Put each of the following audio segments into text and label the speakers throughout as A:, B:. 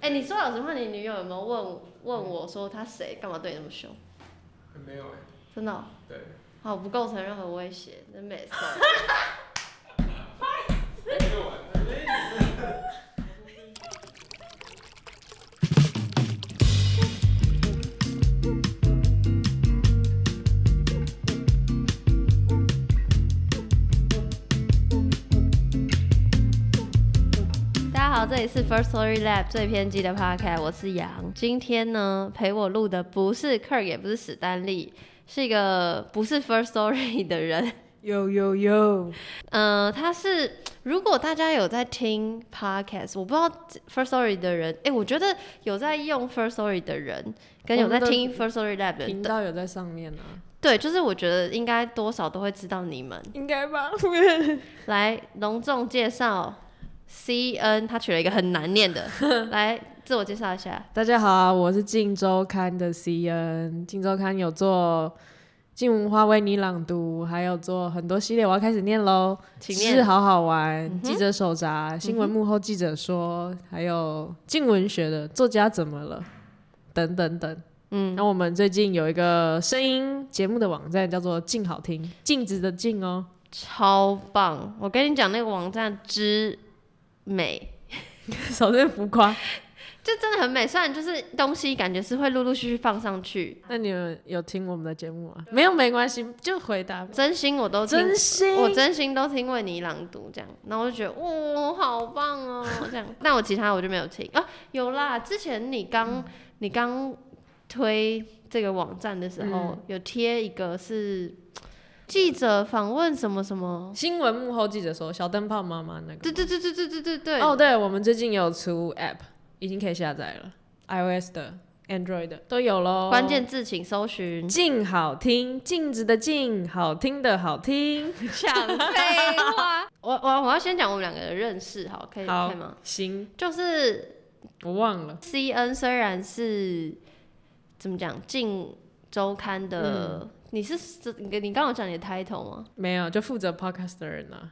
A: 哎、你说老实话，你女友有没有问问我说她谁，干嘛对你那么凶？
B: 没有哎、
A: 真的哦、
B: 对，
A: 好不构成任何威胁，真没事。
B: 没有玩，哎
A: 大家好，这里是 First Story Lab 最偏激的 podcast，我是杨。今天呢，陪我录的不是 Kirk，也不是史丹利，是一个不是 First Story 的人。
C: 有有有，
A: 呃，他是如果大家有在听 podcast，我不知道 First Story 的人，哎、我觉得有在用 First Story 的人，跟有在听 First Story Lab 的
C: 频
A: 人，
C: 道有在上面啊，
A: 对，就是我觉得应该多少都会知道你们。
C: 应该吧？
A: 来隆重介绍 C N，他取了一个很难念的， 来自我介绍一下。
C: 大家好啊，我是《镜周刊》的 CN，《镜周刊》有做静文花为你朗读，还有做很多系列，我要开始念嗯喽。
A: 请
C: 是
A: 念。
C: 好好玩，记者手札，新闻幕后记者说，还有静文学的作家怎么了，等等等。嗯，那我们最近有一个声音节目的网站叫做“静好听”，镜子的镜哦，
A: 超棒！我跟你讲，那个网站之美，
C: 少在浮夸。
A: 就真的很美。虽然就是东西感觉是会陆陆续续放上去，
C: 那你们有听我们的节目吗？没有没关系，就回答。
A: 真心我都听，
C: 真心，
A: 我真心都听为你朗读这样。然后我就觉得，哦，好棒哦，这样。 但我其他我就没有听啊，有啦。之前你刚、
C: 嗯
A: 你刚推这个网站的时候，
C: 嗯
A: 有贴一个是记者访问什么什么，
C: 新闻幕后记者说小灯泡妈妈那个。
A: 对对对对对对对对，
C: 哦，对，我们最近有出 App，已经可以下载了，iOS 的、Android 的都有喽。
A: 关键字请搜寻。
C: 镜好听，镜子的镜，好听的好听。
A: 讲废话。 我我我要先讲我们两个的认识，好，可以
C: 好
A: 可以吗？
C: 行，
A: 就是
C: 我忘了。
A: C N 虽然是怎么讲《镜周刊》的，你是你你刚刚有讲你的 title 吗？
C: 没有，就负责 podcast 的人啊，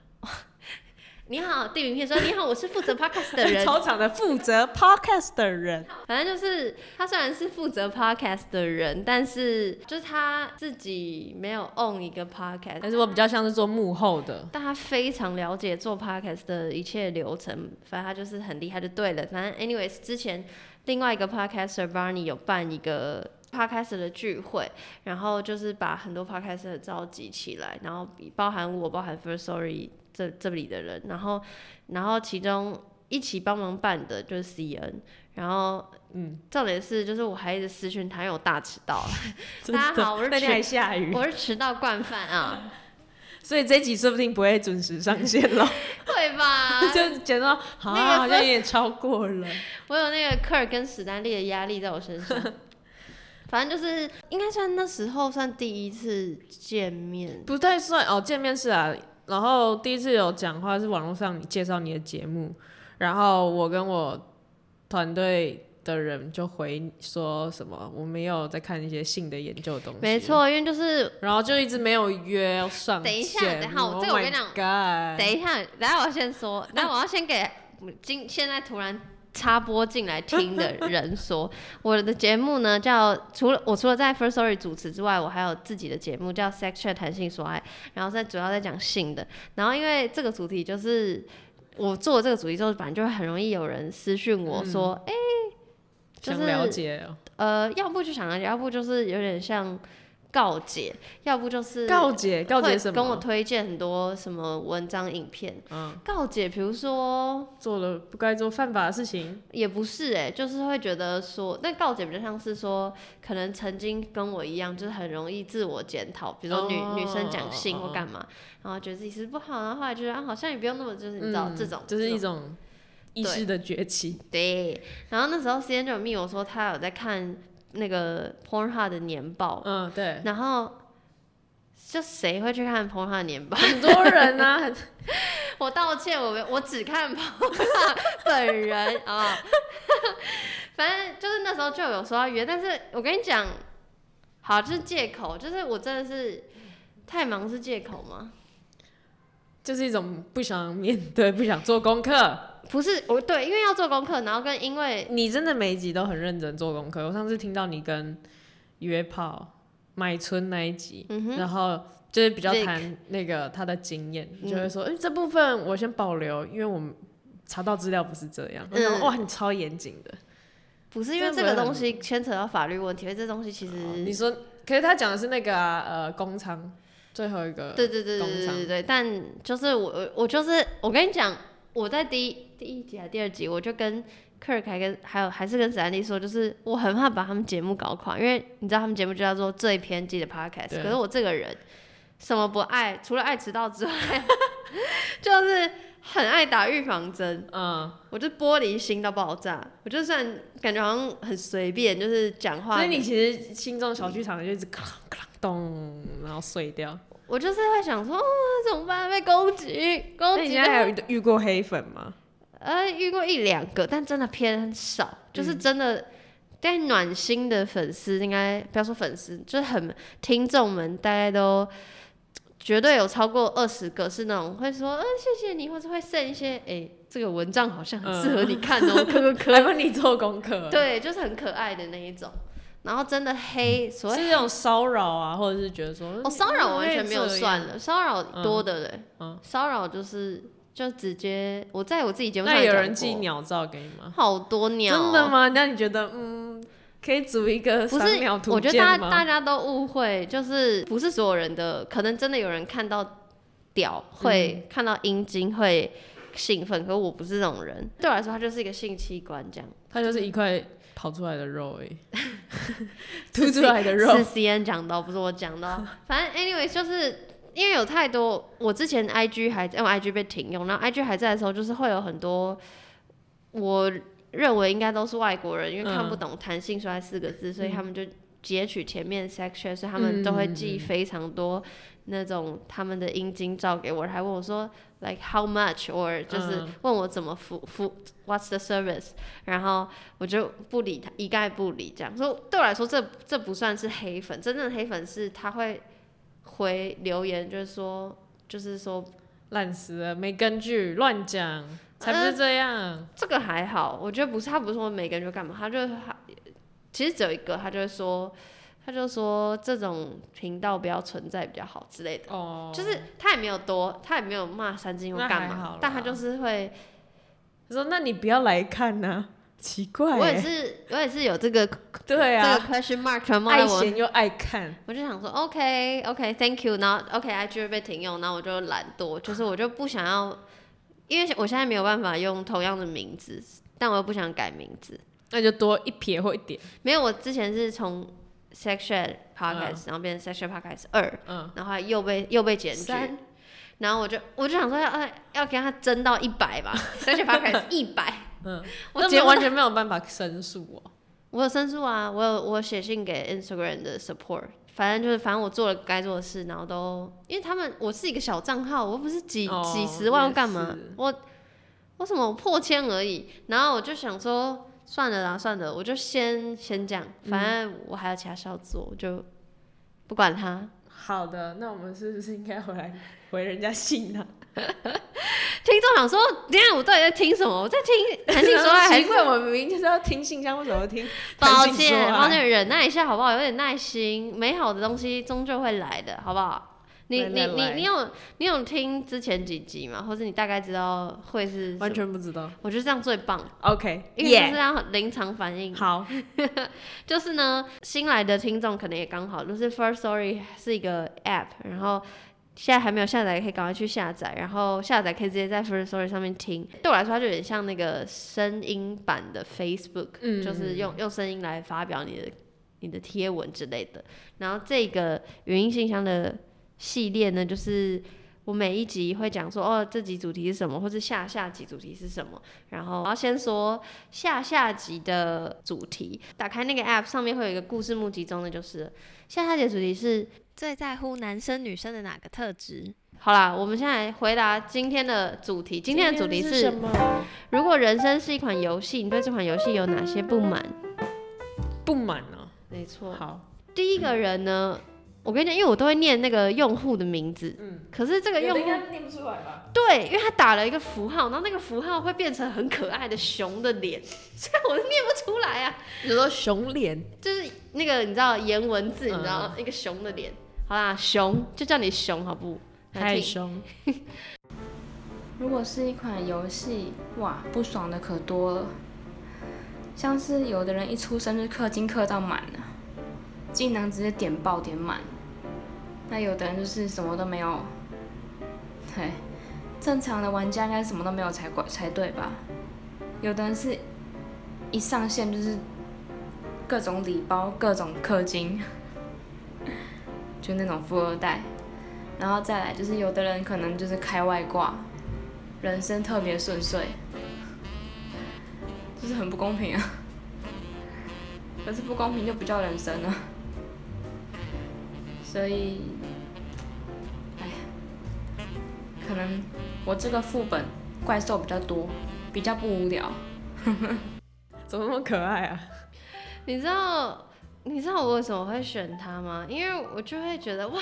A: 你好，地名片说你好，我是负责 podcast 的人。
C: 操场的负责 podcast 的人，
A: 反正就是他虽然是负责 podcast 的人，但是就是他自己没有 own 一个 podcast，
C: 但是我比较像是做幕后的，
A: 但他非常了解做 podcast 的一切流程，反正他就是很厉害就对了。反正 anyways，之前另外一个 podcaster Barney 有办一个 podcaster 的聚会，然后就是把很多 podcaster 召集起来，然后包含我，包含 First Story 这这里的人，然后然后其中一起帮忙办的就是 CN，然后嗯，重点是就是我还一直私讯他，因为我大迟到了。大家好，我是
C: 那天还
A: 迟
C: 下雨，
A: 我是迟到惯犯啊，
C: 所以这一集说不定不会准时上线喽。
A: 会吧？
C: 就觉得
A: 那个
C: 啊，好像有点超过了。
A: 我有那个科尔跟史丹利的压力在我身 上。反正就是应该算那时候算第一次见面，
C: 不太算哦，见面是啊。然后第一次有讲话是网络上你介绍你的节目，然后我跟我团队的人就回说什么我没有在看一些性的研究的东西，
A: 没。错，因为就是
C: 然后就一直没有约要上
A: 等一下
C: 节目
A: 等一下我
C: Oh
A: 这个我跟你
C: my
A: 讲
C: God
A: 等一下，等一下我先 说，那我要先给嗯今现在突然插播进来听的人说， 我的节目呢叫除了我除了在 First Story 主持之外，我还有自己的节目叫 Sex Chat 谈性说爱，然后在主要在讲性的，然后因为这个主题就是。我做这个主题之后，反正就会很容易有人私讯我说：“哎、就是
C: 想了解哦，
A: 呃，要不就想了解，要不就是有点像告解，要不就是
C: 告解告
A: 会
C: 解什么？
A: 跟我推荐很多什么文章、影片。
C: 嗯，
A: 告解，比如说
C: 做了不该做犯法的事情，
A: 也不是哎、就是会觉得说，但告解比较像是说，可能曾经跟我一样，就是很容易自我检讨，比如说女、
C: 哦
A: 女生讲性
C: 哦哦
A: 或干嘛，然后觉得自己是不好，然后后来觉得啊，好像也不用那么，就是你知道、
C: 嗯
A: 这种，
C: 就是一
A: 这种
C: 种意识的崛起。
A: 对。然后那时候 C N 就有密我说他有在看那个 Pornhub 的年报，
C: 嗯，对，
A: 然后就谁会去看 Pornhub 的年报？
C: 很多人 啊，很
A: 我道歉，我没我只看彭胖本人啊、 反正就是那时候就有说要约，但是我跟你讲，好，就是借口，就是我真的是太忙是借口吗？
C: 就是一种不想面对、不想做功课，
A: 不是我对，因为要做功课，然后跟因为
C: 你真的每一集都很认真做功课。我上次听到你跟约炮、买春那一集，
A: 嗯哼
C: 然后就是比较
A: Vic
C: 谈那个他的经验，
A: 嗯
C: 就会说，哎、这部分我先保留，因为我们查到资料不是这样。我想说，
A: 嗯
C: 哇，你超严谨的。
A: 不是因为
C: 这
A: 这
C: 样
A: 个
C: 不会
A: 东西牵扯到法律问题，因为这东西其实
C: 你说，可是他讲的是那个啊，呃，工仓最后一个，
A: 对对对对
C: 工
A: 对
C: 厂
A: 对对，但就是我我就是我跟你讲，我在第一第一集还是第二集，我就跟 Kirk 还跟还有还是跟史丹利说，就是我很怕把他们节目搞垮，因为你知道他们节目就叫做最偏激的 podcast，
C: 对
A: 可是我这个人什么不爱，除了爱迟到之外， 就是很爱打预防针。
C: 嗯，
A: 我就玻璃心到爆炸，我就算感觉好像很随便，就是讲话，
C: 所以你其实心中小剧场就一直
A: 嗯
C: 哐哐咚，然后碎掉。
A: 我就是会想说，哦、怎么办？被攻击，攻
C: 那你
A: 击
C: 现
A: 到
C: 在还有遇遇过黑粉 吗？
A: 呃，遇过一两个，但真的偏少，就是
C: 嗯
A: 真的。但暖心的粉丝应该不要说粉丝，就是很听众们，大概都绝对有超过二十个是那种会说，嗯、谢谢你，或者会剩一些，哎、这个文章好像很适合你看哦， 科科科，
C: 还帮你做功课，，
A: 对，就是很可爱的那一种。然后真的黑，所谓
C: 是那种骚扰啊，或者是觉得说，
A: 啊哦骚扰我完全没有算了，骚扰多的嘞
C: 嗯，
A: 骚扰就是就直接我在我自己节目上
C: 那
A: 也
C: 有
A: 讲
C: 人寄
A: 过
C: 鸟照给你吗？
A: 好多鸟哦，
C: 真的吗？那你觉得，嗯，可以组一个
A: 不
C: 三
A: 是
C: 秒，图
A: 我觉得大
C: 鉴
A: 家
C: 吗
A: 大？家都误会，就是不是所有人的，可能真的有人看到屌会、
C: 嗯
A: 看到阴茎会兴奋，可我不是这种人，对我来说它就是一个性器官这样。
C: 它就是一块跑出来的肉 诶，凸出来的肉，
A: 是 C N 讲到，不是我讲到。反正 anyway 就是因为有太多，我之前 I G 还在，因为 I G 被停用，然后 I G 还在的时候，就是会有很多我认为应该都是外国人，因为看
C: 嗯
A: 不懂“弹性衰”四个字，所以他们就截取前面 section，所以他们都会
C: 嗯
A: 寄非常多那种他们的阴茎照给我，还问我说 like how much or 就是
C: 嗯
A: 问我怎么付付 what's the service，然后我就不理他，一概不理这样。所以对我来说，这这不算是黑粉，真正的黑粉是他会回留言，就是说。就是说，
C: 烂死了，没根据，乱讲，才不是这样。
A: 这个还好，我觉得不是，他不是说每个人就干嘛，他就他其实只有一个，他就会说，他就说这种频道不要存在比较好之类的，
C: 哦，
A: 就是他也没有多，他也没有骂三金或
C: 那
A: 干
C: 还好啦
A: 嘛，但他就是会，
C: 他说，那你不要来看呐，奇怪
A: 我也
C: 欸，
A: 是我也是有这个、
C: 对
A: 这
C: 啊
A: 个，question mark 全部在
C: 爱
A: 我
C: 闲又爱看，
A: 我就想说，OK OK Thank you，然后 OK IG 会被停用，然后我就懒惰，就是我就不想要，因为我现在没有办法用同样的名字，但我又不想改名字。
C: 那就多一撇或一点，
A: 没有，我之前是从 Section Podcast，、然后变成 Section Podcast 二，
C: 嗯，
A: 然后又被又被检举
C: 三，
A: 然后我就我就想说要呃要给他增到一百 吧，Section Podcast 一百，
C: 嗯，
A: 我
C: 那
A: 结
C: 没
A: 果
C: 完全没有办法申诉哦。
A: 我有申诉啊，我有我有写信给 Instagram 的 support，反正就是反正我做了该做的事，然后都因为他们我是一个小账号，我又不是几、
C: 哦
A: 几十万
C: 也
A: 干嘛
C: 是？
A: 我我什么我破千而已，然后我就想说算了啦，算了，我就先先这样，反正我还有其他事要做，我就不管他。
C: 好的，那我们是不是应该回来回人家信啊呢、
A: 听众想说，等一下我到底在听什么？我在听
C: 啊？
A: 韩 信说 爱，还是
C: 奇怪，我明明就是要听 信箱，为什么要听？
A: 抱
C: 弹性说
A: 歉，
C: 爱
A: 抱歉，忍耐一下好不好？有点耐心，美好的东西终究会来的，好不好？你
C: 来
A: 你
C: 来
A: 你
C: 来
A: 你有你有听之前几集吗？或者你大概知道会是什么
C: 完？全不知道。
A: 我觉得这样最棒，
C: OK，
A: 因为就是这样临场反应。
C: 好，
A: 就是呢，新来的听众可能也刚好，就是 First Story 是一个 app，然后现在还没有下载，可以赶快去下载，然后下载可以直接在 First Story 上面听。对我来说，它就有点像那个声音版的 Facebook，、
C: 嗯
A: 就是用用声音来发表你的你的贴文之类的。然后这个语音信箱的系列呢，就是。我每一集会讲说，哦，这集主题是什么，或是下下集主题是什么。然后我要先说下下集的主题，打开那个 app 上面会有一个故事募集中的，就是了下下集的主题是最在乎男生女生的哪个特质。好啦，我们现在回答今天的主题。今天的主题
C: 今
A: 是：
C: 天什么？
A: 如果人生是一款游戏，你对这款游戏有哪些不满？
C: 不满哦。
A: 没错，
C: 好，
A: 第一个人呢，我跟你讲，因为我都会念那个用户的名字，
C: 嗯
A: 可是这个用户
C: 念不出来吧？
A: 对，因为他打了一个符号，然后那个符号会变成很可爱的熊的脸， 所以我都念不出来啊。
C: 你说熊脸，
A: 就是那个你知道颜文
C: 嗯
A: 字，你知道吗一个熊的脸。好啦，熊就叫你熊好不？
C: 太
A: 来听
C: 凶，
D: 如果是一款游戏，哇，不爽的可多了。像是有的人一出生就氪金氪到满了，技能直接点爆点满。那有的人就是什么都没有，对，正常的玩家应该什么都没有才怪才对吧？有的人是一上线就是各种礼包、各种氪金， 就那种富二代。然后再来就是有的人可能就是开外挂，人生特别顺遂，就是很不公平啊。可是不公平就不叫人生了，所以，哎，可能我这个副本怪兽比较多，比较不无聊。
C: 怎么那么可爱啊？
A: 你知道你知道我为什么会选它吗？因为我就会觉得哇，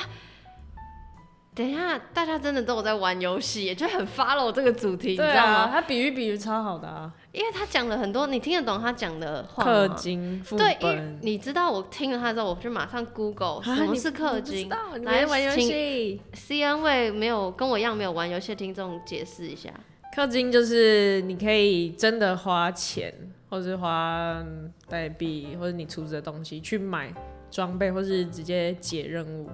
A: 等一下大家真的都有在玩游戏耶，就很 follow 这个主题，你
C: 对
A: 知道
C: 啊，
A: 吗？
C: 他比喻比喻超好的啊，
A: 因为他讲了很多，你听得懂他讲的话
C: 氪
A: 吗？
C: 金副
A: 对，因为
C: 本，
A: 你知道我听了他之后，我就马上 Google
C: 啊
A: 什么
C: 你
A: 是氪金
C: 你不知道，你
A: 来
C: 没玩游
A: 请
C: 戏。
A: C N 为没有跟我一样没有玩游戏的听众解释一下，
C: 氪金就是你可以真的花钱，或是花嗯代币，或者你出资的东西去买装备，或是直接解任务。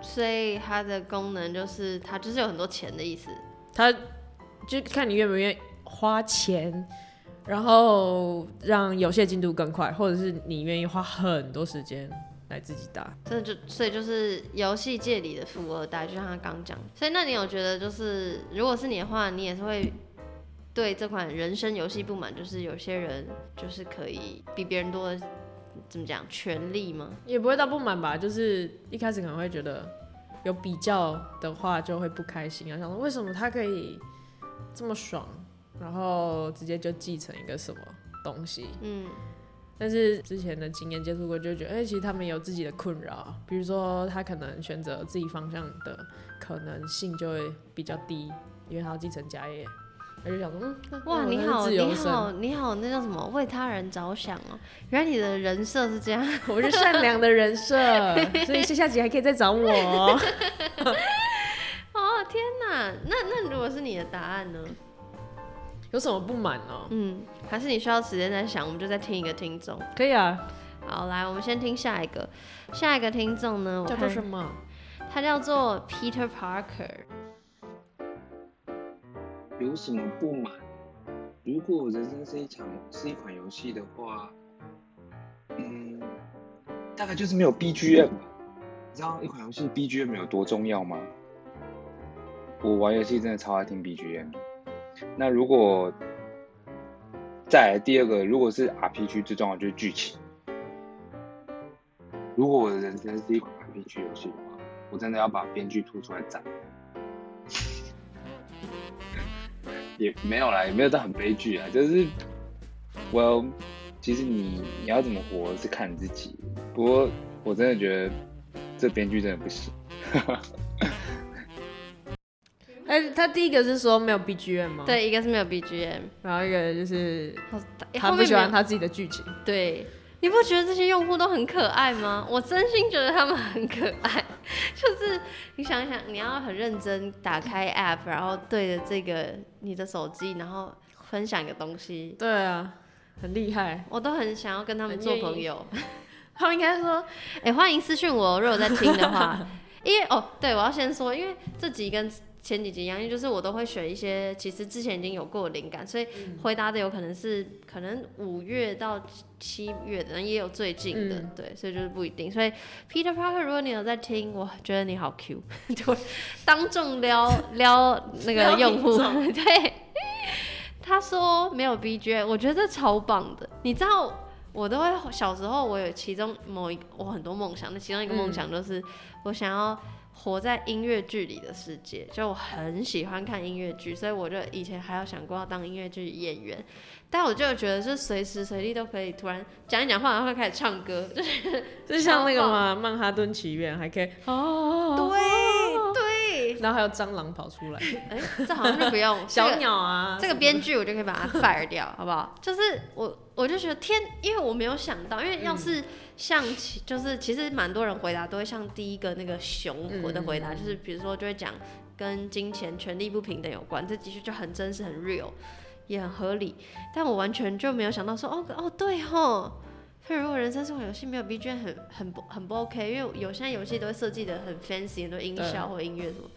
A: 所以它的功能就是它就是有很多钱的意思。
C: 它就看你愿不愿意花钱，然后让游戏的进度更快，或者是你愿意花很多时间来自己打。
A: 这就所以就是游戏界里的富二代，就像他刚讲。所以那你有觉得就是，如果是你的话，你也是会对这款人生游戏不满，就是有些人就是可以比别人多的怎么讲权利吗？
C: 也不会到不满吧，就是一开始可能会觉得有比较的话就会不开心啊，想说为什么他可以这么爽，然后直接就继承一个什么东西。
A: 嗯，
C: 但是之前的经验接触过，就觉得哎、其实他们有自己的困扰，比如说他可能选择自己方向的可能性就会比较低，因为他要继承家业。我就想说，嗯，那
A: 哇，
C: 那我
A: 你
C: 还是
A: 好，
C: 自
A: 你
C: 由
A: 好，
C: 身，
A: 你好，那叫什么？为他人着想哦、原来你的人设是这样。
C: 我是善良的人设，所以下下集还可以再找我 哦。
A: 哦天哪，那那如果是你的答案呢？
C: 有什么不满哦？
A: 嗯，还是你需要时间在想，我们就再听一个听众。
C: 可以啊，
A: 好，来，我们先听下一个，下一个听众呢，我
C: 叫做
A: 看
C: 什么？
A: 他叫做 Peter Parker。
E: 有什么不满？如果人生是一场是一款游戏的话，嗯，大概就是没有 BGM 吧。你知道一款游戏 BGM 有多重要吗？我玩游戏真的超爱听 BGM 的。那如果再来第二个，如果是 RPG 最重要的就是剧情。如果我的人生是一款 RPG 游戏的话，我真的要把编剧吐出来斩。也没有啦，也没有到很悲剧啊，就是，well，其实你你要怎么活是看你自己。不过我真的觉得这编剧真的不行。
C: 哎，他第一个是说没有 BGM 吗？，
A: 对，一个是没有 BGM，
C: 然后一个就是
A: 他诶
C: 他
A: 后
C: 不
A: 面
C: 喜
A: 没有
C: 欢他自己的剧情。
A: 对，你不觉得这些用户都很可爱吗？我真心觉得他们很可爱。 就是你想一想，你要很认真打开 App，然后对着这个你的手机，然后分享一个东西，
C: 对啊，很厉害。
A: 我都很想要跟他们
C: 很
A: 做
C: 愿意
A: 朋 友。
C: 他们应该说，
A: 哎、欢迎私讯我哦，如果有在听的话，因为哦，对，我要先说，因为这集跟前几集一样，因为就是我都会选一些其实之前已经有过的灵感，所以
C: 嗯
A: 回答的有可能是可能五月到七月的，也有最近的，
C: 嗯
A: 对，所以就是不一定。所以 Peter Parker，如果你有在听，我觉得你好 Q，就 当众撩撩那个
C: 撩
A: 用户，
C: 听
A: 对。他说没有 BGM，我觉得这超棒的。你知道，我都
C: 嗯
A: 会小时候我有其中某一我很多梦想，那其中一个梦想就是我想要活在音乐剧里的世界，就我很喜欢看音乐剧，所以我就以前还有想过要当音乐剧演员，但我就觉得是随时随地都可以突然讲一讲话，然后就开始唱歌，就是
C: 就像那个嘛，《曼哈顿奇缘》还可以哦，
A: 对对，
C: 然后还有蟑螂跑出来，
A: 哎、这好像就不 用
C: 小
A: 这个
C: 鸟啊，
A: 这个编剧我就可以把它 fire 掉，好不好？ 就是我我就觉得天，因为我没有想到，因为要是像其、就是其实蛮多人回答都会像第一个那个熊我的回答，就是比如说就会讲跟金钱、权力不平等有关，这的确就很真实、很 real，也很合理。但我完全就没有想到说，哦哦对吼。所以如果人生这款游戏没有 BGM 很很不很不 OK，因为有现在游戏都会设计的很 fancy，很多音效或音乐什么，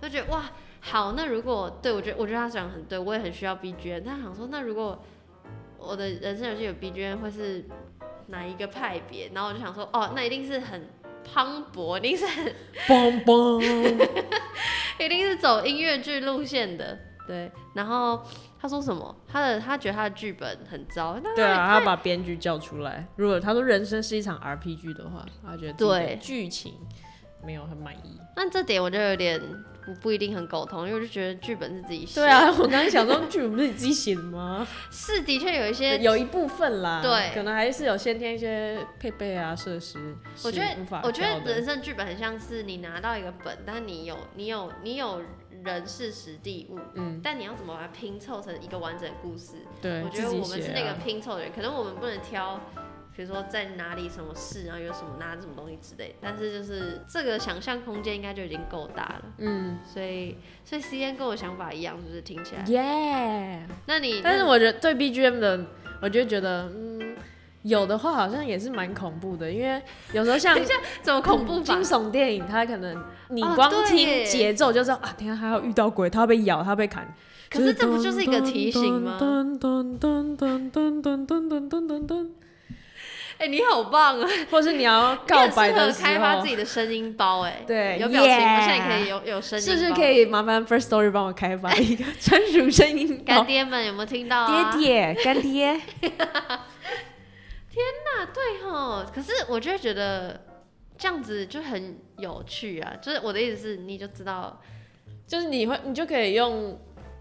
A: 就觉得哇，好，那如果对我觉得我觉得他讲得很对，我也很需要 BGM。但想说，那如果我的人生游戏有 BGM 会是哪一个派别？然后我就想说，哦，那一定是很磅礴，一定是 很
C: 嘣嘣，
A: 一定是走音乐剧路线的。对，然后他说什么？他的他觉得他的剧本很糟，那
C: 对啊，他要把编剧叫出来。如果他说人生是一场 RPG 的话，他觉得自己的
A: 对
C: 剧情没有很满意。
A: 那这点我就有点不不一定很苟同，因为我就觉得剧本是自己写。
C: 对，啊，我刚刚想说剧本不是你自己写的吗？
A: 是的确有一些
C: 有一部分啦，
A: 对
C: 可能还是有先天一些配备啊、设施，
A: 我觉
C: 是无
A: 得
C: 法，
A: 我觉
C: 调
A: 得
C: 的
A: 人生剧本很像是你拿到一个本，但你有你有你有人事实地物，
C: 嗯，
A: 但你要怎么把它拼凑成一个完整的故事？
C: 对，
A: 我觉得
C: 自己
A: 我们是
C: 写
A: 那个
C: 啊
A: 拼凑的人，可能我们不能挑，比如说在哪里什么事，然后有什么拿什么东西之类，但是就是这个想象空间应该就已经够大了。
C: 嗯，
A: 所以，所以 C N 跟我想法一样，是不是听起来？
C: 耶。
A: 那你，
C: 但是
A: 那
C: 我觉得对 BGM 的，我就觉得嗯，有的话好像也是蛮恐怖的，因为有时候像
A: 怎么恐怖法
C: 惊？悚电影，它可能你
A: 哦
C: 光
A: 对
C: 听
A: 耶
C: 节奏就知道啊，天啊，他要遇到鬼，他要被咬，他要被砍。
A: 可是这不就是一个提醒吗
C: 噔噔噔噔噔噔噔噔噔噔噔，
A: 哎、你好棒啊！
C: 或是你要告白的
A: 你很
C: 时
A: 适合开发
C: 候
A: 自，己的声音包哎，
C: 对
A: 有表情吗？
C: 耶
A: 现在可以有有声音，
C: 是不是可？以麻烦 First Story 帮我开发一个专属声音包
A: 干？爹们有没有听到、啊？
C: 爹爹， 干爹，
A: 对吼，哎可是我就会觉得这样子就很有趣啊，就是我的意思是，你就知道
C: 就是你会，你就可以用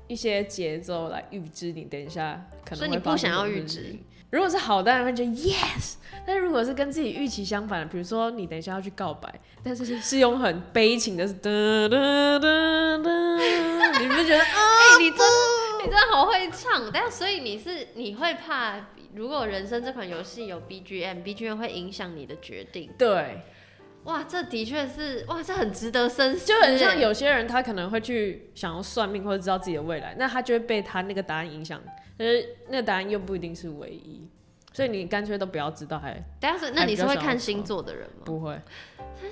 C: 一些节奏来预知你等一下可能
A: 所以你
C: 会发生
A: 不想要
C: 什么
A: 预
C: 事情
A: 知。
C: 如果是好，当然会觉得 yes。但如果是跟自己预期相反的，比如说你等一下要去告白，但是是是用很悲情的，是哒哒哒哒，你不觉 得啊？
A: 你真你哎真的好会唱，但所以你是你会怕，如果人生这款游戏有 BGM，BGM 会影响你的决定。
C: 对，
A: 哇，这的确是哇，这很值得深思，哎
C: 就很像有些人他可能会去想要算命或者知道自己的未来，那他就会被他那个答案影响，但是那个答案又不一定是唯一，所以你干脆都不要知道，还
A: 等一下是那
C: 还
A: 你
C: 比
A: 是
C: 较
A: 会
C: 想
A: 看
C: 要
A: 星
C: 唱
A: 座的人吗？
C: 不会。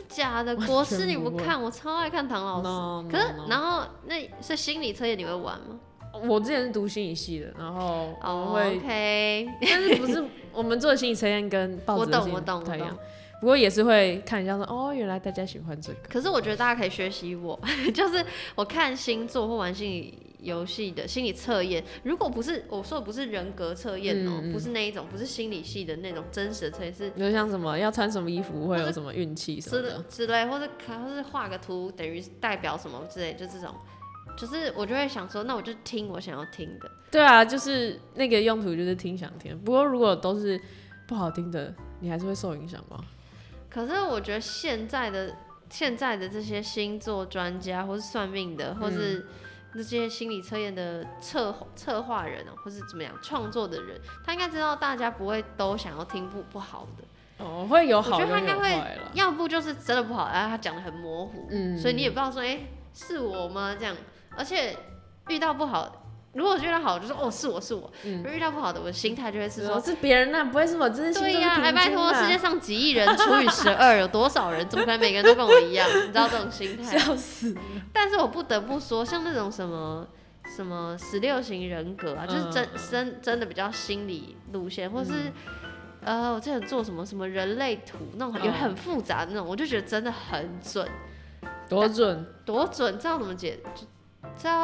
A: 假 的，国
C: 全
A: 师你
C: 不
A: 不
C: 会
A: 看，我超爱看唐老师。
C: No, no,
A: 可哦是
C: no
A: 然后那所以心理测验你会玩吗？
C: 我之前是读心理系的，然后我
A: 哦、
C: 会
A: o k
C: 但是不是我们做的心理测验跟报
A: 我
C: 纸的
A: 懂
C: 心
A: 我
C: 理
A: 懂
C: 不
A: 我
C: 太一
A: 懂
C: 样。。不过也是会看一下说，哦，原来大家喜欢这个。
A: 可是我觉得大家可以学习我， 就是我看星座或玩心理游戏的心理测验，如果不是我说的不是人格测验哦、
C: 嗯嗯
A: 不是那一种，不是心理系的那种真实的测验，是
C: 你就像什么要穿什么衣服会有什么运气什么
A: 之
C: 的，
A: 之类，或是可或是画个图等于代表什么之类，就这种。就是我就会想说，那我就听我想要听的。
C: 对啊，就是那个用途就是听想听。不过如果都是不好听的，你还是会受影响吗？
A: 可是我觉得现在的现在的这些星座专家，或是算命的，或是
C: 嗯
A: 那些心理测验的策策划人啊，或是怎么样创作的人，他应该知道大家不会都想要听不不好的，
C: 哦，会有好
A: 我觉
C: 跟
A: 得他应该
C: 有
A: 会
C: 坏了。
A: 要不就是真的不好，然后他讲的很模糊，
C: 啊嗯
A: 所以你也不知道说，哎、是我吗？这样，而且遇到不好。如果觉得好，就说哦是我是我。
C: 嗯
A: 如果遇到不好的，我的心态就会是
C: 是说
A: 说，
C: 是别人那、不会是我，这是星座
A: 对
C: 是
A: 呀、
C: 平
A: 哎拜
C: 均啊
A: 托，
C: 的
A: 世界上几亿 人除以十二，有多少人？怎么可能每个人都跟我一样？你知道这种心态？
C: 笑死。
A: 但是我不得不说，像那种什么什么十六型人格啊，就是真
C: 嗯嗯
A: 真真的比较心理路线，或是、呃，我之前做什么什么人类图那种也
C: 嗯
A: 很复杂的那种，我就觉得真的很准，
C: 多准，
A: 多准，知道怎么解，就知道。
C: 啊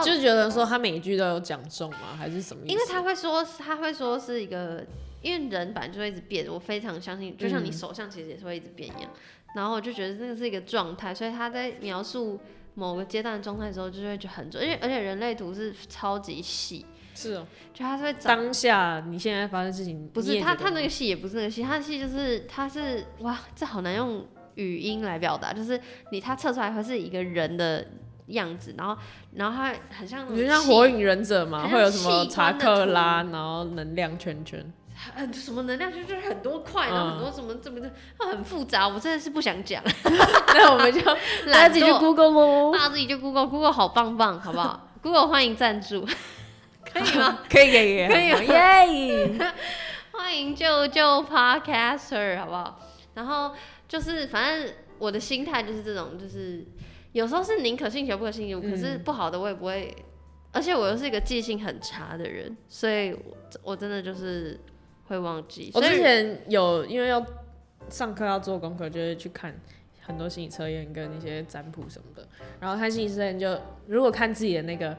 C: 就觉得说他每一句都有讲中吗？还是什么意思？
A: 因为他会说，他会说是一个因为人本来就会一直变，我非常相信，就像你
C: 嗯
A: 手相其实也是会一直变一样。然后我就觉得那个是一个状态，所以他在描述某个阶段的状态的时候，就会觉得很准，而且而且人类图是超级细，
C: 是哦，
A: 就他是会找。
C: 当下你现在发生事情，
A: 不
C: 你
A: 是
C: 也
A: 他，
C: 觉得
A: 他那个戏也不是那个戏，他的戏就是他是哇，这好难用语音来表达，就是你他测出来会是一个人的样子，然后然后他很像
C: 你就像
A: 气
C: 火影忍者嘛，
A: 很像
C: 会有什么
A: 器
C: 查
A: 官的
C: 克拉，然后能量圈圈，
A: 很什么能量圈就是很多块，然后很多
C: 嗯
A: 什么怎么的，啊很复杂，我真的是不想 讲，
C: 那我们就大家
A: 懒
C: 自己去
A: 惰，
C: Google 喽
A: 大，家自己就 Google Google 好棒棒，好不好？Google 欢迎赞助，可以吗？
C: 可以可以
A: 可以
D: 啊
A: 吗
C: 耶！
A: 欢迎舅舅 Podcaster，好不好？然后就是，反正我的心态就是这种，就是有时候是宁可信其有不可信其无，
C: 嗯
A: 可是不好的我也不会。而且我又是一个记性很差的人，所以我我真的就是会忘记。
C: 我
A: 所以
C: 之前有因为要上课要做功课，就会去看很多心理测验跟一些占卜什么的。然后看心理测验就，如果看自己的那个，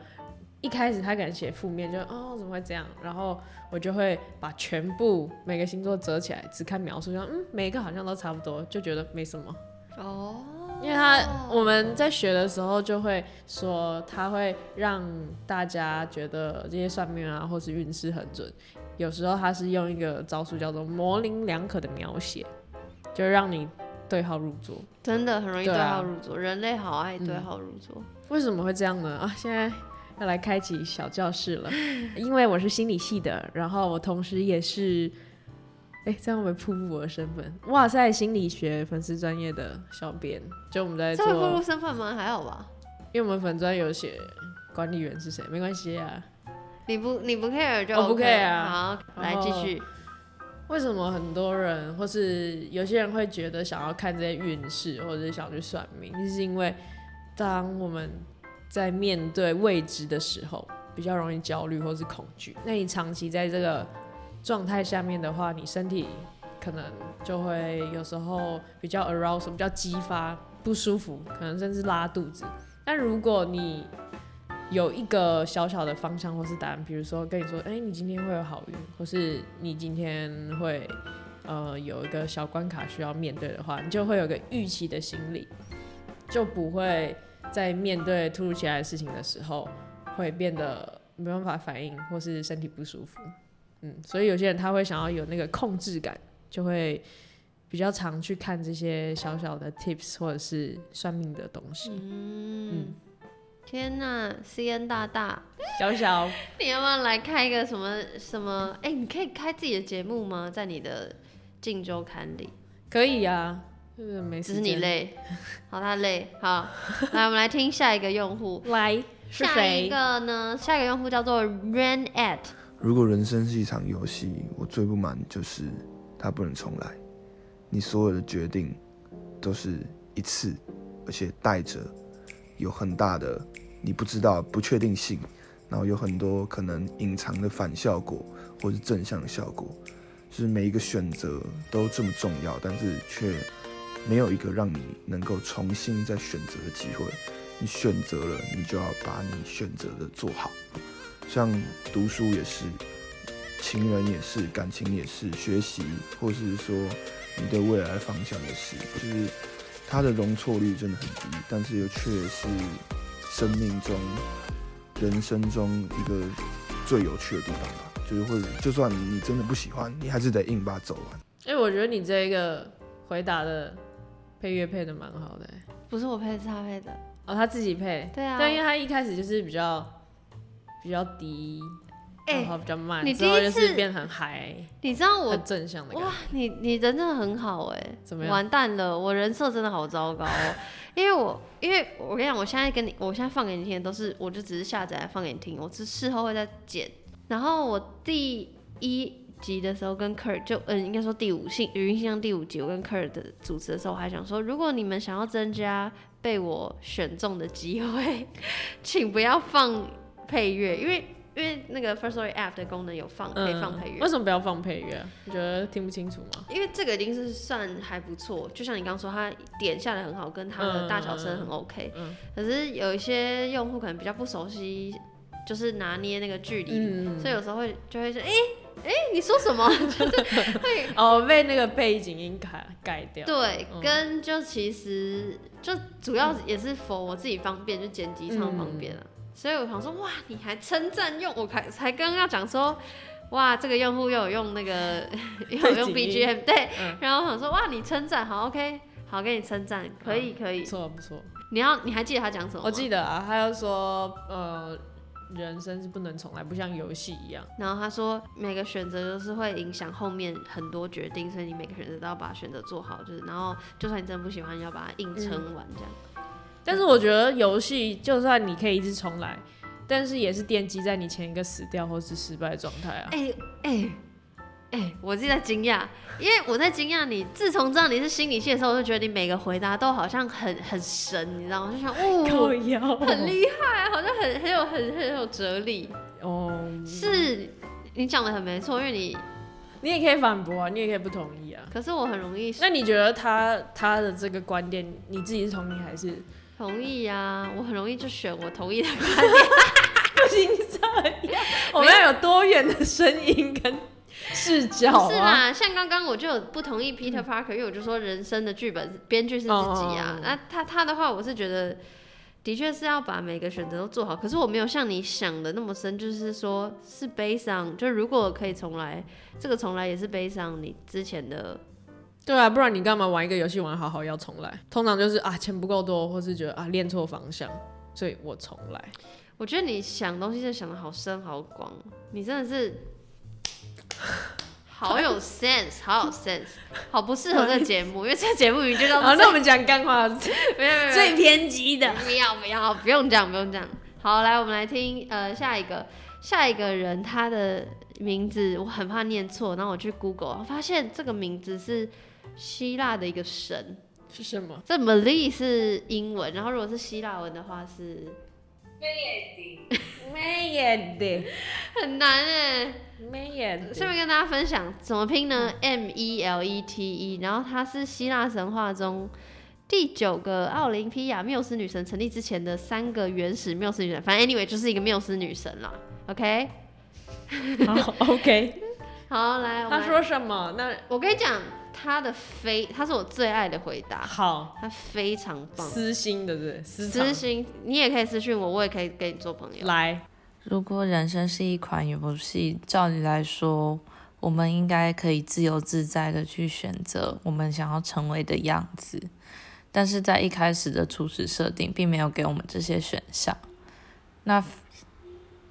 C: 一开始他敢写负面，就哦怎么会这样？然后我就会把全部每个星座折起来，只看描述，就嗯每一个好像都差不多，就觉得没什么。
A: 哦，
C: 因为他我们在学的时候就会说，他会让大家觉得这些算命啊或是运势很准。有时候他是用一个招数叫做模棱两可的描写，就让你对号入座。
A: 真的很容易
C: 对
A: 对
C: 啊
A: 号入座，人类好爱对
C: 嗯
A: 号入座。
C: 为什么会这样呢？啊，现在要来开启小教室了， 因为我是心理系的，然后我同时也是，哎、这样会不会暴露我的身份？哇塞，心理学粉丝专业的小编，就我们在
A: 这
C: 做
A: 会暴露身份吗？还好吧。
C: 因为我们粉专有写管理员是谁，没关系啊。
A: 你不你不 care 就
C: 我不
A: OK
C: care 啊。
A: 好，来继
C: 然后
A: 续。
C: 为什么很多人或是有些人会觉得想要看这些运势，或者是想去算命，就是因为当我们在面对未知的时候，比较容易焦虑或是恐惧。那你长期在这个状态下面的话，你身体可能就会有时候比较 arousal，比较激发不舒服，可能甚至拉肚子。但如果你有一个小小的方向或是答案，比如说跟你说，哎、你今天会有好运，或是你今天会呃有一个小关卡需要面对的话，你就会有个预期的心理，就不会在面对突如其来的事情的时候会变得没办法反应，或是身体不舒服。嗯，所以有些人他会想要有那个控制感，就会比较常去看这些小小的 tips 或者是算命的东西。
A: 嗯，天呐，C N 大大，
C: 小小
A: 你要不要来开一个什么什么？哎、你可以开自己的节目吗？在你的《镜周刊》里，
C: 可以啊，就是没
A: 只
C: 时间
A: 是你 累，好，他累，好，来，我们来听下一个用户，
C: 来 是
A: 下一
C: 谁？
A: 个呢？下一个用户叫做 Ran at，
F: 如果人生是一场游戏，我最不满就是它不能重来。你所有的决定都是一次，而且带着有很大的你不知道不确定性，然后有很多可能隐藏的反效果或是正向的效果。就是每一个选择都这么重要，但是却没有一个让你能够重新再选择的机会。你选择了，你就要把你选择的做好。像读书也是，情人也是，感情也是，学习或是说你对未来方向也是，就是它的容错率真的很低，但是又却是生命中、人生中一个最有趣的地方吧。就是会，就算你真的不喜欢，你还是得硬把它走完。
C: 哎、我觉得你这一个回答的配乐配的蛮好的、欸
A: 不是我配，是他配的，
C: 哦，他自己配，
A: 对啊
C: 但因为他一开始就是比较比较低，
A: 哎
C: 然后比较慢，
A: 你
C: 之后
A: 第一
C: 就
A: 次
C: 是变很嗨，
A: 你知道我
C: 很正向的感
A: 哇
C: 觉。，
A: 你你人真的很好哎、
C: 怎么样
A: 完蛋了，我人设真的好糟糕哦， 因为我因为我跟你讲，我现在跟你，我现在放给你听的都是，我就只是下载来放给你听，我是事后会再剪。然后我第一集的时候跟 Kurt 就嗯，应该说第五信语音信箱第五集，我跟 Kurt 的主持的时候，我还想说，如果你们想要增加被我选中的机会， 请不要放配乐，因为。因为那个 First Story App 的功能有放，可以放配乐、
C: 嗯为什么不要放配乐啊？你觉得听不清楚吗？
A: 因为这个已经是算还不错，就像你刚刚说，它点下来很好，跟它的大小声很 OK、
C: 嗯
A: 可是有一些用户可能比较不熟悉，就是拿捏那个距离，
C: 嗯，
A: 所以有时候会就会说，哎、你说什么？就是会
C: 哦，被那个背景音改改掉。
A: 对，
C: 嗯
A: 跟就其实就主要也是否我自己方便，就剪辑上方便啊。
C: 嗯
A: 所以我想说，哇，你还称赞用，我才才刚要讲说，哇，这个用户又有用那个又有用
C: 背景音
A: BGM，对。
C: 嗯
A: 然后我想说，哇，你称赞好，OK，好，给你称赞，可以可以
C: 不。错不错，
A: 你要你还记得他讲什么吗？
C: 嗯我记得啊，他又说呃，人生是不能重来，不像游戏一样。
A: 然后他说，每个选择都是会影响后面很多决定，所以你每个选择都要把选择做好，就是然后就算你真的不喜欢，你要把它硬
C: 嗯
A: 撑完这样。
C: 但是我觉得游戏就算你可以一直重来，但是也是奠基在你前一个死掉或是失败的状态啊。
A: 哎哎哎，我自己在惊讶， 因为我在惊讶你。自从知道你是心理系的时候，我就觉得你每个回答都好像很很神，你知道吗？就想
C: 哎靠
A: 哦，
C: 腰，
A: 很厉害，好像很很有很很有哲理。
C: 哦，
A: 是你讲的很没错，因为你
C: 你也可以反驳啊，你也可以不同意啊。
A: 可是我很容易
C: 那你觉得他他的这个观点，你自己是同意还是
A: 同意呀、我很容易就选我同意的。
C: 不行这样？我们要有多元的声音跟视角
A: 不是
C: 啊。
A: 啦，像刚刚我就有不同意 Peter Parker，、因为我就说人生的剧本编剧是自己啊
C: 嗯哦。
A: 那、他他的话，我是觉得的确是要把每个选择都做好。可是我没有像你想的那么深，就是说是悲伤。就如果可以重来，这个重来也是悲伤你之前的。
C: 对啊，不然你干嘛玩一个游戏玩好好要重来？通常就是啊钱不够多，或是觉得啊练错方向，所以我重来。
A: 我觉得你想东西真的想的好深好广，你真的是 好有 sense，好有 sense，好不适合这个节目，因为这个节目名就叫做
C: 好，那我们讲干话，
A: 没有没有没有
C: 最偏激的。
A: 不要不要，不用讲不用讲。好，来我们来听呃下一个下一个人他的名字，我很怕念错，然后我去 Google，我发现这个名字是希腊的一个神，
C: 是什么？
A: 这 m e l i 是英文，然后如果是希腊文的话是
C: 没眼的，
A: 很难哎、
C: 没眼
A: 顺便跟大家分享怎么拼呢？M E L E T E，然后它是希腊神话中第九个奥林匹亚缪斯女神成立之前的三个原始缪斯女神，反正 anyway 就是一个缪斯女神啦。OK，
C: 好，OK。
A: 好，来，我们
C: 他
A: 来
C: 说什么？那
A: 我跟你讲，他的非他是我最爱的回答，
C: 好，
A: 他非常棒。
C: 私心的是私藏
A: 私信你也可以私信我，我也可以跟你做朋友。
C: 来。
G: 如果人生是一款游戏，照理来说，我们应该可以自由自在的去选择我们想要成为的样子。但是在一开始的初始设定，并没有给我们这些选项。那 f-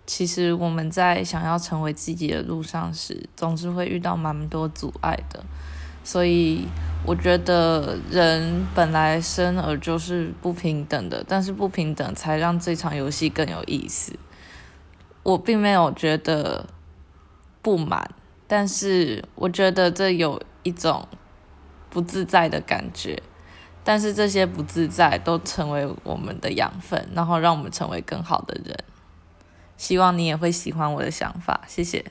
G: 其实我们在想要成为自己的路上时，总是会遇到蛮多阻碍的。所以我觉得人本来生而就是不平等的，但是不平等才让这场游戏更有意思。我并没有觉得不满，但是我觉得这有一种不自在的感觉。但是这些不自在都成为我们的养分，然后让我们成为更好的人。希望你也会喜欢我的想法，谢谢。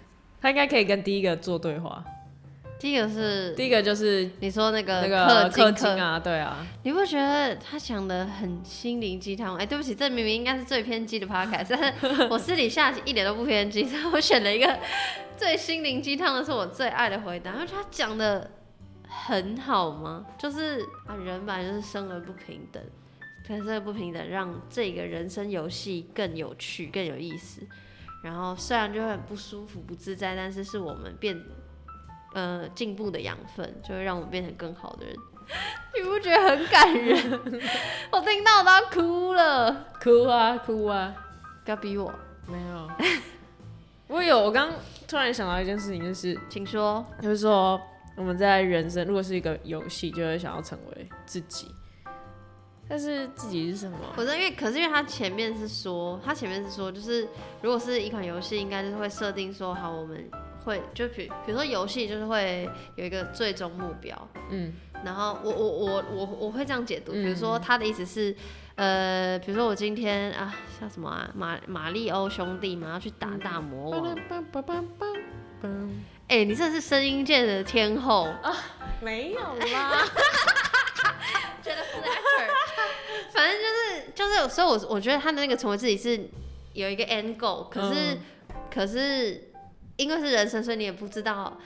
C: 他应该可以跟第一个做对话。
A: 第一个是
C: 第一个就是
A: 你说那个
C: 那个
A: 氪
C: 呃氪
A: 金
C: 金
A: 氪
C: 啊，对啊，
A: 你不觉得他讲的很心灵鸡汤吗？哎、对不起，这明明应该是最偏激的 podcast，但是我私底下一点都不偏激，所以我选了一个最心灵鸡汤的是我最爱的回答。因为他讲的很好吗？就是啊，人本来就是生而不平等，但是这个不平等让这个人生游戏更有趣、更有意思。然后虽然就会很不舒服、不自在，但是是我们变呃进步的养分，就会让我们变成更好的人。你不觉得很感人？ 我听到我都要哭了。
C: 哭啊哭啊，
A: 不要逼我，
C: 没有。我有，我刚突然想到一件事情，就是
A: 请说。
C: 就是说我们在人生如果是一个游戏，就会想要成为自己，但是自己是什么啊？
A: 我是因为，可是因为他前面是说，他前面是说，就是如果是一款游戏，应该就是会设定说，好，我们会就比比如说游戏就是会有一个最终目标，
C: 嗯，
A: 然后我我我我我会这样解读，比
C: 嗯
A: 如说他的意思是，呃，比如说我今天啊，像什么啊，马马里欧兄弟嘛，要去打大魔王，哎、你这是声音界的天后。
C: 没有啦，
A: 觉得是 actor，反正就是就是有时候我我觉得他的那个成为自己是有一个 end goal，可是、
C: 嗯
A: 可是因为是人生，所以你也不知道，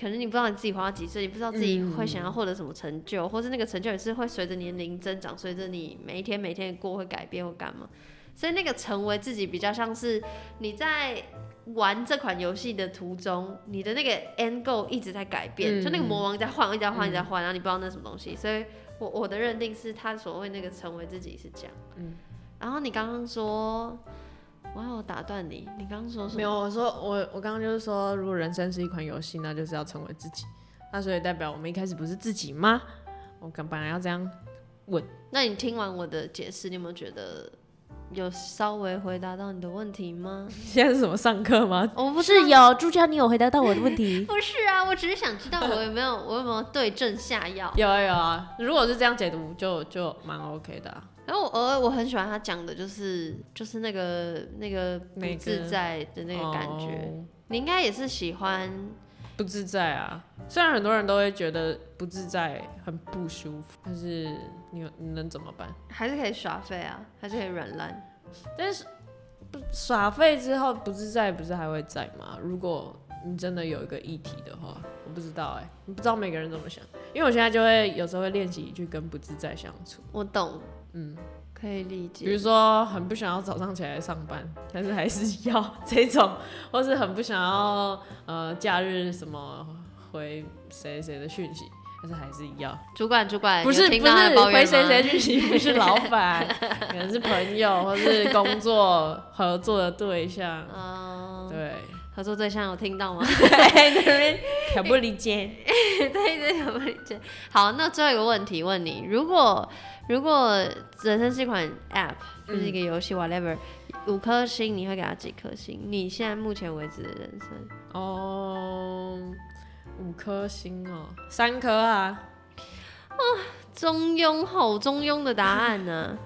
A: 可能你不知道你自己活到几岁，你不知道自己会想要获得什么成就，或是那个成就也是会随着年龄增长，随着你每一天每天过会改变或干嘛。所以那个成为自己比较像是你在玩这款游戏的途中，你的那个 end goal 一直在改变，
C: 嗯
A: 就那个魔王一直在换，一直在换，一直在换，然后你不知道那是什么东西。所以我我的认定是他所谓那个成为自己是这样。
C: 嗯
A: 然后你刚刚说，哇，我打断你，你刚刚说什么？
C: 没有，我说我我刚刚就是说，如果人生是一款游戏，那就是要成为自己。那所以代表我们一开始不是自己吗？我刚本来要这样，
A: 那你听完我的解释，你有没有觉得有稍微回答到你的问题吗？
C: 现在是什么上课吗？
A: 我不
H: 是有朱家，你有回答到我的问题。
A: 不是啊，我只是想知道我有没有 我有没有对症下药。
C: 有啊有啊，如果是这样解读，就就蛮 OK 的、啊。
A: 然后我偶尔我很喜欢他讲的就是就是那个那个不
C: 那个
A: 自在的那个哦感觉。你应该也是喜欢，
C: 哦不自在啊，虽然很多人都会觉得不自在很不舒服，但是你有你能怎么办？
A: 还是可以耍废啊，还是可以软烂。
C: 但是不耍废之后不自在，不是还会在吗？如果你真的有一个议题的话，我不知道哎、你不知道每个人怎么想，因为我现在就会有时候会练习去跟不自在相处，
A: 我懂，
C: 嗯，
A: 可以理解。
C: 比如说很不想要早上起来上班，但是还是要这种，或是很不想要呃假日什么回谁谁的讯息，但是还是要，
A: 主管，主管，
C: 不
A: 你
C: 是
A: 有听
C: 不
A: 到他
C: 是
A: 的抱怨
C: 回
A: 吗
C: 谁谁讯息，不是老板，可能是朋友或是工作合作的对象，
A: 嗯，
C: 对。
A: 合作对象有听到吗？
C: 可不理解。
A: 对对，有理解。好，那最后一个问题问你：如果如果人生是一款 App，就是一个游戏、whatever，五颗星，你会给它几颗星？你现在目前为止的人生，
C: 哦，五颗星哦，三颗啊。
A: 中庸好中庸的答案呢、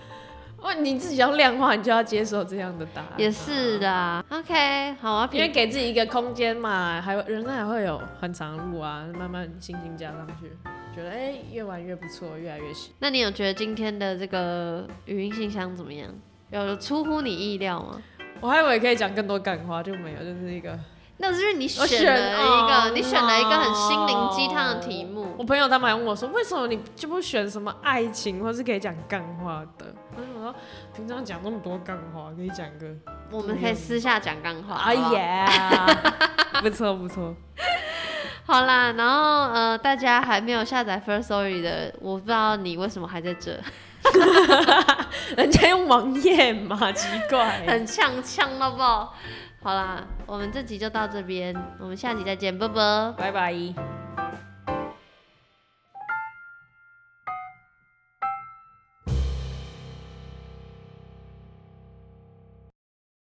C: 哦，你自己要量化，你就要接受这样的答案、
A: 也是，的啊。OK，好啊，
C: 因为
A: 评
C: 给自己一个空间嘛，还有人啊生还会有很长的路啊，慢慢星星加上去，觉得哎、越玩越不错，越来越喜。
A: 那你有觉得今天的这个语音信箱怎么样？有出乎你意料吗？
C: 我还以为可以讲更多感话，就没有，就是一个
A: 那就是你选
C: 我选
A: 了一个，
C: 哦
A: 你选了一个很心灵鸡汤的题目。
C: 我朋友他们还问我说，为什么你就不选什么爱情，或是可以讲干话的？嗯我就想说，平常讲那么多干话，可以讲个
A: 我们可以私下讲干话。好
C: 嗯啊
A: 不好
C: 耶，不错不错，
A: 好啦，然后呃，大家还没有下载 First Story 的，我不知道你为什么还在这，
C: 人家用网页嘛，奇怪，
A: 很呛呛到爆。好啦，我们这集就到这边，我们下集再见，拜拜。
C: 拜拜。